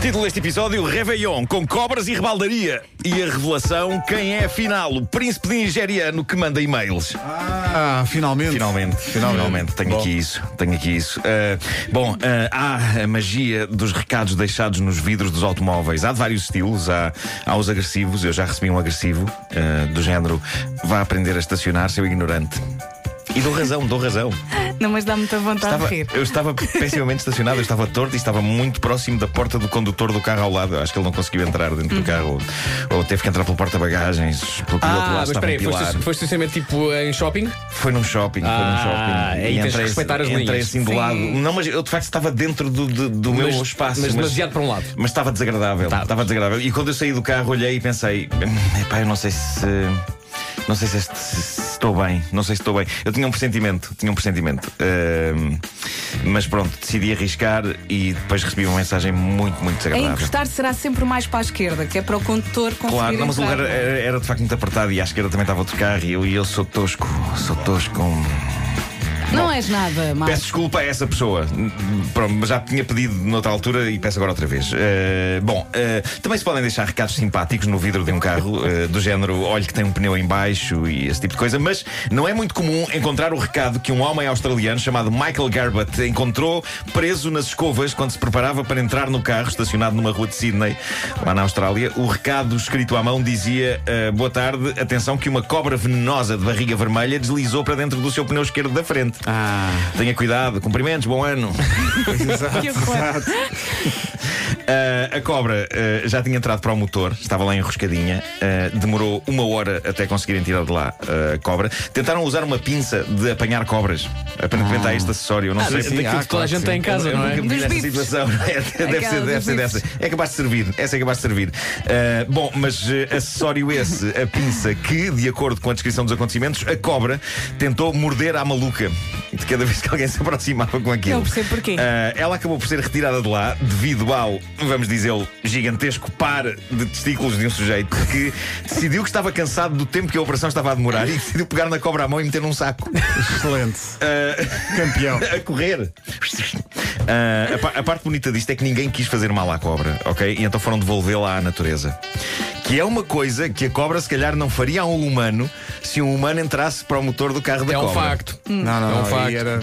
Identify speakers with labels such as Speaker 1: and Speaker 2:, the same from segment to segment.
Speaker 1: Título deste episódio: Réveillon com cobras e rebaldaria. E a revelação: quem é afinal o príncipe nigeriano que manda e-mails?
Speaker 2: Ah, finalmente.
Speaker 1: Finalmente, finalmente, tenho aqui isso, tenho aqui isso. Ah, bom, ah, há a magia dos recados deixados nos vidros dos automóveis. Há de vários estilos, há, há os agressivos, eu já recebi um agressivo, ah, do género vá aprender a estacionar, seu ignorante. E dou razão, dou razão.
Speaker 3: Não, mas dá muita vontade
Speaker 1: Estava-
Speaker 3: de rir.
Speaker 1: eu estava pessimamente estacionado, eu estava torto e estava muito próximo da porta do condutor do carro ao lado. Eu Acho que ele não conseguiu entrar dentro do carro. Ou, ou teve que entrar pelo porta-bagagens, porque do outro
Speaker 4: Uhum. Ah,
Speaker 1: lado
Speaker 4: mas
Speaker 1: estava
Speaker 4: espera
Speaker 1: um
Speaker 4: aí,
Speaker 1: pilar.
Speaker 4: foste, foste sempre tipo em shopping?
Speaker 1: Foi num shopping,
Speaker 4: Ah,
Speaker 1: foi num shopping. E
Speaker 4: aí tens que
Speaker 1: entrei-
Speaker 4: respeitar as
Speaker 1: entrei
Speaker 4: linhas.
Speaker 1: assim do
Speaker 3: Sim.
Speaker 1: lado. Não, mas eu de facto estava dentro do, do, do
Speaker 4: Mas-
Speaker 1: meu espaço.
Speaker 4: mas demasiado para um lado.
Speaker 1: Mas estava desagradável.
Speaker 4: Tá.
Speaker 1: Estava desagradável. E quando eu saí do carro, olhei e pensei: "Hum, epá, eu não sei se. Não sei se, este- se estou bem, não sei se estou bem. Eu tinha um pressentimento, tinha um pressentimento. Ahm, mas pronto, decidi arriscar e depois recebi uma mensagem muito, muito
Speaker 3: A
Speaker 1: desagradável.
Speaker 3: encostar será sempre mais para a esquerda, que é para o condutor conseguir.
Speaker 1: Claro, não, mas o
Speaker 3: entrar.
Speaker 1: lugar era, era de facto muito apertado e à esquerda também estava outro carro e eu, e eu sou tosco, sou tosco.
Speaker 3: Não és nada, Marcos.
Speaker 1: Peço desculpa a essa pessoa. Hum, Pronto, mas já tinha pedido noutra altura e peço agora outra vez. Eh, bom, eh, também se podem deixar recados simpáticos no vidro de um carro, eh, do género olhe que tem um pneu em baixo e esse tipo de coisa, mas não é muito comum encontrar o recado que um homem australiano chamado Michael Garbutt encontrou preso nas escovas quando se preparava para entrar no carro estacionado numa rua de Sydney, lá na Austrália. O recado escrito à mão dizia: eh, Boa tarde, atenção que uma cobra venenosa de barriga vermelha deslizou para dentro do seu pneu esquerdo da frente. Tenha cuidado, cumprimentos, bom ano.
Speaker 3: Que horror.
Speaker 1: Ah, a cobra ah, já tinha entrado para o motor, estava lá enroscadinha. ah, demorou uma hora até conseguirem tirar de lá ah, a cobra. Tentaram usar uma pinça de apanhar cobras. Aparentemente há este acessório, eu não sei.
Speaker 4: Daquilo
Speaker 2: sim,
Speaker 4: que
Speaker 2: ah,
Speaker 4: toda
Speaker 2: claro
Speaker 4: Ah. a
Speaker 2: que
Speaker 4: gente tem em
Speaker 2: sim.
Speaker 4: casa,
Speaker 1: Eu
Speaker 4: não é?
Speaker 1: nunca me vi
Speaker 3: Dos
Speaker 1: nessa
Speaker 3: bifes.
Speaker 1: situação. É, deve
Speaker 3: Aquela
Speaker 1: ser, deve
Speaker 3: dos
Speaker 1: ser
Speaker 3: bifes.
Speaker 1: dessa. É capaz de servir. Essa é capaz de servir. Ah, bom, mas eh, acessório esse, a pinça que, de acordo com a descrição dos acontecimentos, a cobra tentou morder à maluca de cada vez que alguém se aproximava com aquilo.
Speaker 3: Eu percebo porquê.
Speaker 1: Ah, ela acabou por ser retirada de lá devido ao, vamos dizê-lo, gigantesco par de testículos de um sujeito que decidiu que estava cansado do tempo que a operação estava a demorar e decidiu pegar na cobra à mão e meter num saco.
Speaker 2: Excelente.
Speaker 1: Ah,
Speaker 2: Campeão.
Speaker 1: a correr. Ah, a, pa- a parte bonita disto é que ninguém quis fazer mal à cobra, ok? E então foram devolvê-la à natureza. Que é uma coisa que a cobra, se calhar, não faria a um humano se um humano entrasse para o motor do carro da
Speaker 4: É um
Speaker 1: cobra.
Speaker 4: facto.
Speaker 1: Hum.
Speaker 2: Não, não,
Speaker 4: É um
Speaker 2: não.
Speaker 4: facto.
Speaker 2: aí era-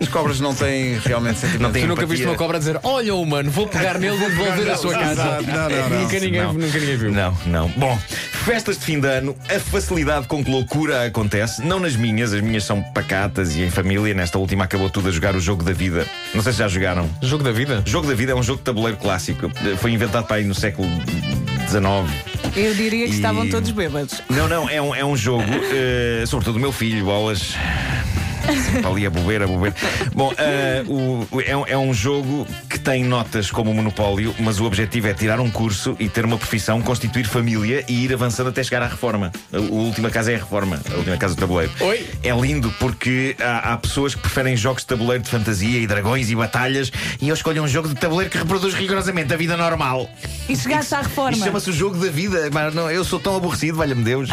Speaker 2: As cobras não têm realmente sentido.
Speaker 1: Não tem
Speaker 4: Tu nunca
Speaker 1: empatia.
Speaker 4: viste uma cobra dizer: Olha, humano, vou pegar nele e devolver a sua casa.
Speaker 2: Exato, não, não, não.
Speaker 4: Nunca ninguém,
Speaker 1: Não.
Speaker 4: nunca ninguém viu.
Speaker 1: Não, não. Bom, festas de fim de ano, a facilidade com que loucura acontece, não nas minhas, as minhas são pacatas e em família. Nesta última acabou tudo a jogar o jogo da vida. Não sei se já jogaram.
Speaker 4: Jogo da vida?
Speaker 1: Jogo da vida é um jogo de tabuleiro clássico. Foi inventado para aí no século XIX.
Speaker 3: Eu diria que
Speaker 1: E-
Speaker 3: estavam todos bêbados.
Speaker 1: Não, não, é um, é um jogo, eh, sobretudo o meu filho, bolas. Sempre ali a bobeira, a bobeira. Bom, eh, o- o- é, um- é um jogo que tem notas como o Monopólio, mas o objetivo é tirar um curso e ter uma profissão, constituir família e ir avançando até chegar à reforma. A, a última casa é a reforma, a última casa do tabuleiro.
Speaker 4: Oi?
Speaker 1: É lindo porque há, há pessoas que preferem jogos de tabuleiro de fantasia e dragões e batalhas e eu escolho um jogo de tabuleiro que reproduz rigorosamente a vida normal.
Speaker 3: E chegaste à
Speaker 1: Isto
Speaker 3: reforma.
Speaker 1: chama-se o jogo da vida. Mas não, eu sou tão aborrecido, valha-me Deus.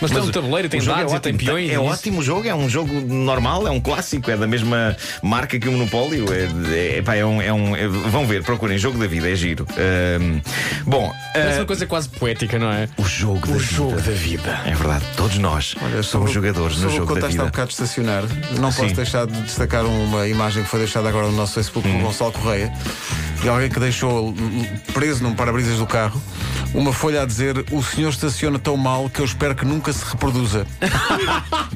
Speaker 4: Mas tem um
Speaker 1: o-
Speaker 4: tabuleiro,
Speaker 1: o
Speaker 4: tem
Speaker 1: jogo
Speaker 4: dados e tem
Speaker 1: ótimo.
Speaker 4: peões.
Speaker 1: É
Speaker 4: e isso.
Speaker 1: ótimo o jogo, é um jogo normal, é um clássico, é da mesma marca que o Monopólio. É, é, pá, é um, é um- é- vão ver, procurem jogo da vida, é giro. Ahm, bom,
Speaker 4: Parece
Speaker 1: ah,
Speaker 4: É uma coisa quase poética, não é?
Speaker 1: o jogo da vida.
Speaker 4: vida.
Speaker 1: É verdade, todos nós somos jogadores no
Speaker 2: sobre o
Speaker 1: jogo
Speaker 2: que
Speaker 1: da
Speaker 2: contaste há
Speaker 1: vida.
Speaker 2: um bocado de estacionar, não posso
Speaker 1: Sim.
Speaker 2: deixar de destacar uma imagem que foi deixada agora no nosso Facebook
Speaker 1: Hum.
Speaker 2: por Gonçalo Correia de alguém que deixou hum, preso num para-brisas do carro uma folha a dizer: O senhor estaciona tão mal que eu espero que nunca se reproduza.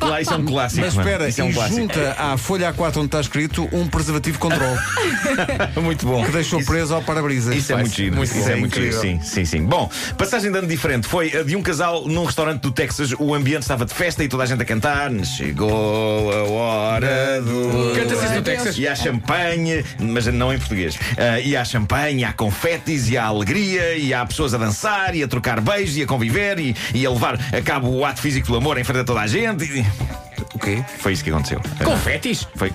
Speaker 1: Lá, isso é um clássico.
Speaker 2: Mas
Speaker 1: não é?
Speaker 2: espera,
Speaker 1: isso é um
Speaker 2: e
Speaker 1: clássico.
Speaker 2: junta à folha A4 onde está escrito um preservativo controle
Speaker 1: Muito bom.
Speaker 2: que deixou
Speaker 1: Isso-
Speaker 2: preso ao para-brisas.
Speaker 1: Isso é muito giro.
Speaker 2: Muito
Speaker 1: isso é
Speaker 2: bom.
Speaker 1: muito giro.
Speaker 2: Incrível.
Speaker 1: Sim, sim, sim. Bom, passagem de ano diferente foi a de um casal num restaurante do Texas. O ambiente estava de festa e toda a gente a cantar. Chegou a hora do.
Speaker 4: Canta-se isso no assim, Texas?
Speaker 1: E há champanhe, mas não em português. Ah, e há champanhe, há confetes, e há alegria, e há pessoas a dançar, e a trocar beijos, e a conviver, e, e a levar a cabo o ato físico do amor em frente a toda a gente. E-
Speaker 2: O quê?
Speaker 1: Foi isso que aconteceu.
Speaker 4: Confetis?
Speaker 1: Foi.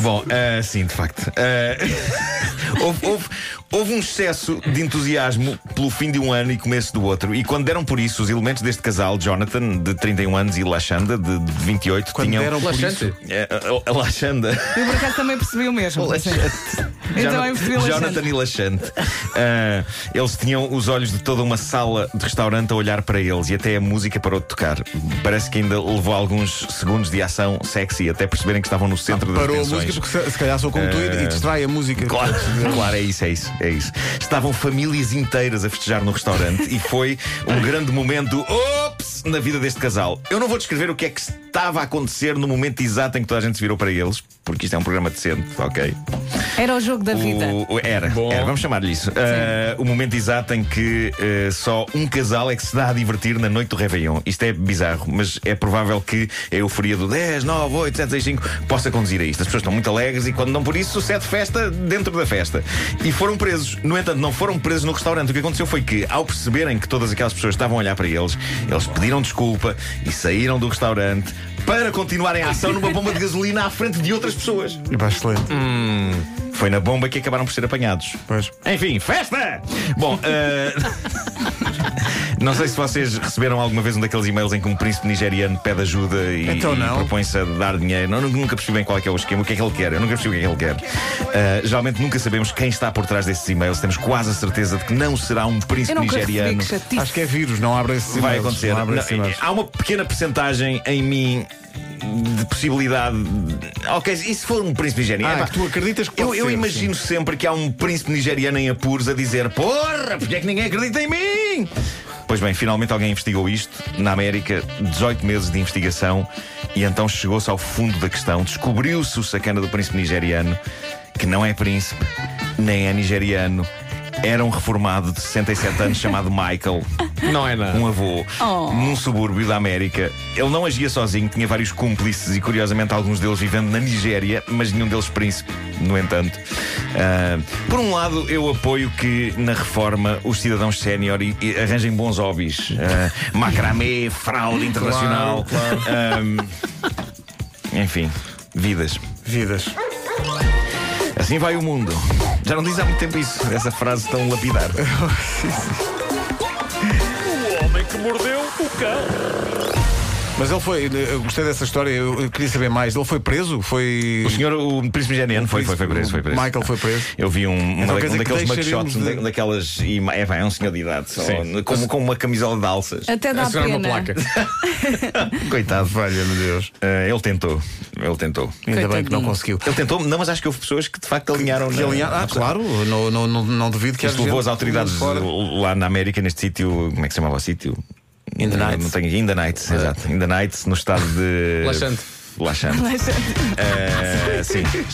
Speaker 1: Bom, ah, sim, de facto. Ah, houve, houve- houve um excesso de entusiasmo pelo fim de um ano e começo do outro. E quando deram por isso, os elementos deste casal, Jonathan, de 31 anos, e Lashanda, de, de 28,
Speaker 2: Quando
Speaker 1: tinham.
Speaker 2: deram por
Speaker 4: Laxante.
Speaker 2: isso.
Speaker 1: Eh, a- a Lashanda.
Speaker 3: Eu por acaso também percebi o mesmo. sim. Eu
Speaker 1: Jonathan-
Speaker 3: também percebi o
Speaker 1: Jonathan
Speaker 3: Alexandre.
Speaker 1: e Laxante. Ah, eles tinham os olhos de toda uma sala de restaurante a olhar para eles e até a música parou de tocar. Parece que ainda levou alguns segundos de ação sexy até perceberem que estavam no centro das
Speaker 2: Parou a
Speaker 1: atenções. Eh,
Speaker 2: música porque se, se calhar sou como tu e- e distrai a música.
Speaker 1: Claro, claro, é isso, é isso, é isso. Estavam famílias inteiras a festejar no restaurante e foi um grande momento, ops, na vida deste casal. Eu não vou descrever o que é que estava a acontecer no momento exato em que toda a gente se virou para eles, porque isto é um programa decente, ok?
Speaker 3: Era o jogo da
Speaker 1: O-
Speaker 3: vida.
Speaker 1: o- era, era, vamos chamar-lhe isso. Ah, o momento exato em que eh, só um casal é que se dá a divertir na noite do Réveillon. Isto é bizarro, mas é provável que a euforia do 10, 9, 8, 7, 6, 5 possa conduzir a isto. As pessoas estão muito alegres e, quando não por isso, sucede festa dentro da festa. E foram presos. No entanto, não foram presos no restaurante. O que aconteceu foi que, ao perceberem que todas aquelas pessoas estavam a olhar para eles, eles pediram desculpa e saíram do restaurante para continuarem a ação numa bomba de gasolina à frente de outras pessoas.
Speaker 2: E pá, excelente.
Speaker 1: Foi na bomba que acabaram por ser apanhados.
Speaker 2: Pois.
Speaker 1: Enfim, festa! Bom, eh, não sei se vocês receberam alguma vez um daqueles e-mails em que um príncipe nigeriano pede ajuda e,
Speaker 2: Então
Speaker 1: e
Speaker 2: não.
Speaker 1: propõe-se a dar dinheiro. Não, nunca percebi bem qual é, que é o esquema, o que é que ele quer. Eu nunca percebi o que é que ele quer. Eh, geralmente nunca sabemos quem está por trás desses e-mails. Temos quase a certeza de que não será um príncipe
Speaker 3: Eu nunca recebi
Speaker 1: nigeriano.
Speaker 3: que chatice.
Speaker 2: Acho que é vírus, não abre esses
Speaker 1: Vai
Speaker 2: e-mails,
Speaker 1: acontecer.
Speaker 2: Não abre esses
Speaker 1: Não,
Speaker 2: e-mails.
Speaker 1: há uma pequena percentagem em mim de possibilidade. de- Ok, e se for um príncipe nigeriano?
Speaker 2: Ah,
Speaker 1: Epá,
Speaker 2: que tu acreditas que
Speaker 1: eu,
Speaker 2: pode
Speaker 1: eu
Speaker 2: ser,
Speaker 1: imagino sempre que há um príncipe nigeriano em apuros a dizer: Porra, porque é que ninguém acredita em mim? Pois bem, finalmente alguém investigou isto na América, 18 meses de investigação, e então chegou-se ao fundo da questão. Descobriu-se o sacana do príncipe nigeriano, que não é príncipe, nem é nigeriano. Era um reformado de 67 anos chamado Michael
Speaker 4: Não é
Speaker 1: um
Speaker 4: nada.
Speaker 1: avô
Speaker 3: Oh.
Speaker 1: num subúrbio da América. Ele não agia sozinho, tinha vários cúmplices e, curiosamente, alguns deles vivendo na Nigéria, mas nenhum deles príncipe, no entanto. Ah, por um lado, eu apoio que na reforma os cidadãos sénior e- e arranjem bons hobbies. Ah, macramê, fraude internacional. Ah, enfim, vidas.
Speaker 2: Vidas.
Speaker 1: Assim vai o mundo. Já não diz há muito tempo isso, essa frase tão lapidar.
Speaker 2: Mas ele foi, eh, eu gostei dessa história, eu eu queria saber mais. Ele foi preso? Foi.
Speaker 1: O senhor, o príncipe nigeriano, foi, foi, foi preso, foi preso.
Speaker 2: Michael foi preso.
Speaker 1: Eu vi um, um, da-
Speaker 2: Então quer dizer
Speaker 1: um
Speaker 2: que
Speaker 1: daqueles
Speaker 2: deixaremos
Speaker 1: mugshots, um da-
Speaker 2: de-
Speaker 1: daquelas. ima- É, pá, é um senhor de idade, só,
Speaker 4: Sim.
Speaker 1: com, com uma camisola de alças.
Speaker 3: Até dá
Speaker 4: Assinar
Speaker 3: pena.
Speaker 4: É uma placa.
Speaker 1: Coitado.
Speaker 2: Valha, meu Deus.
Speaker 1: Eh, ele tentou, ele tentou.
Speaker 2: Ainda bem que não
Speaker 3: Coitadinho.
Speaker 2: conseguiu.
Speaker 1: Ele tentou, não, mas acho que houve pessoas que de facto alinharam.
Speaker 2: Que
Speaker 1: na-
Speaker 2: alinha-
Speaker 1: na
Speaker 2: Ah,
Speaker 1: pessoa.
Speaker 2: claro, não, não, não, não duvido que
Speaker 1: Isto
Speaker 2: haja
Speaker 1: levou as
Speaker 2: gente
Speaker 1: autoridades
Speaker 2: fora.
Speaker 1: lá na América, neste sítio. Como é que se chamava o sítio?
Speaker 2: In the
Speaker 1: Não-
Speaker 2: Nights.
Speaker 1: Não tenho, in the Nights, exato. In the Nights, no estado de.
Speaker 4: Laxante.
Speaker 1: Laxante.
Speaker 3: Alexandre.
Speaker 1: Eh, sim.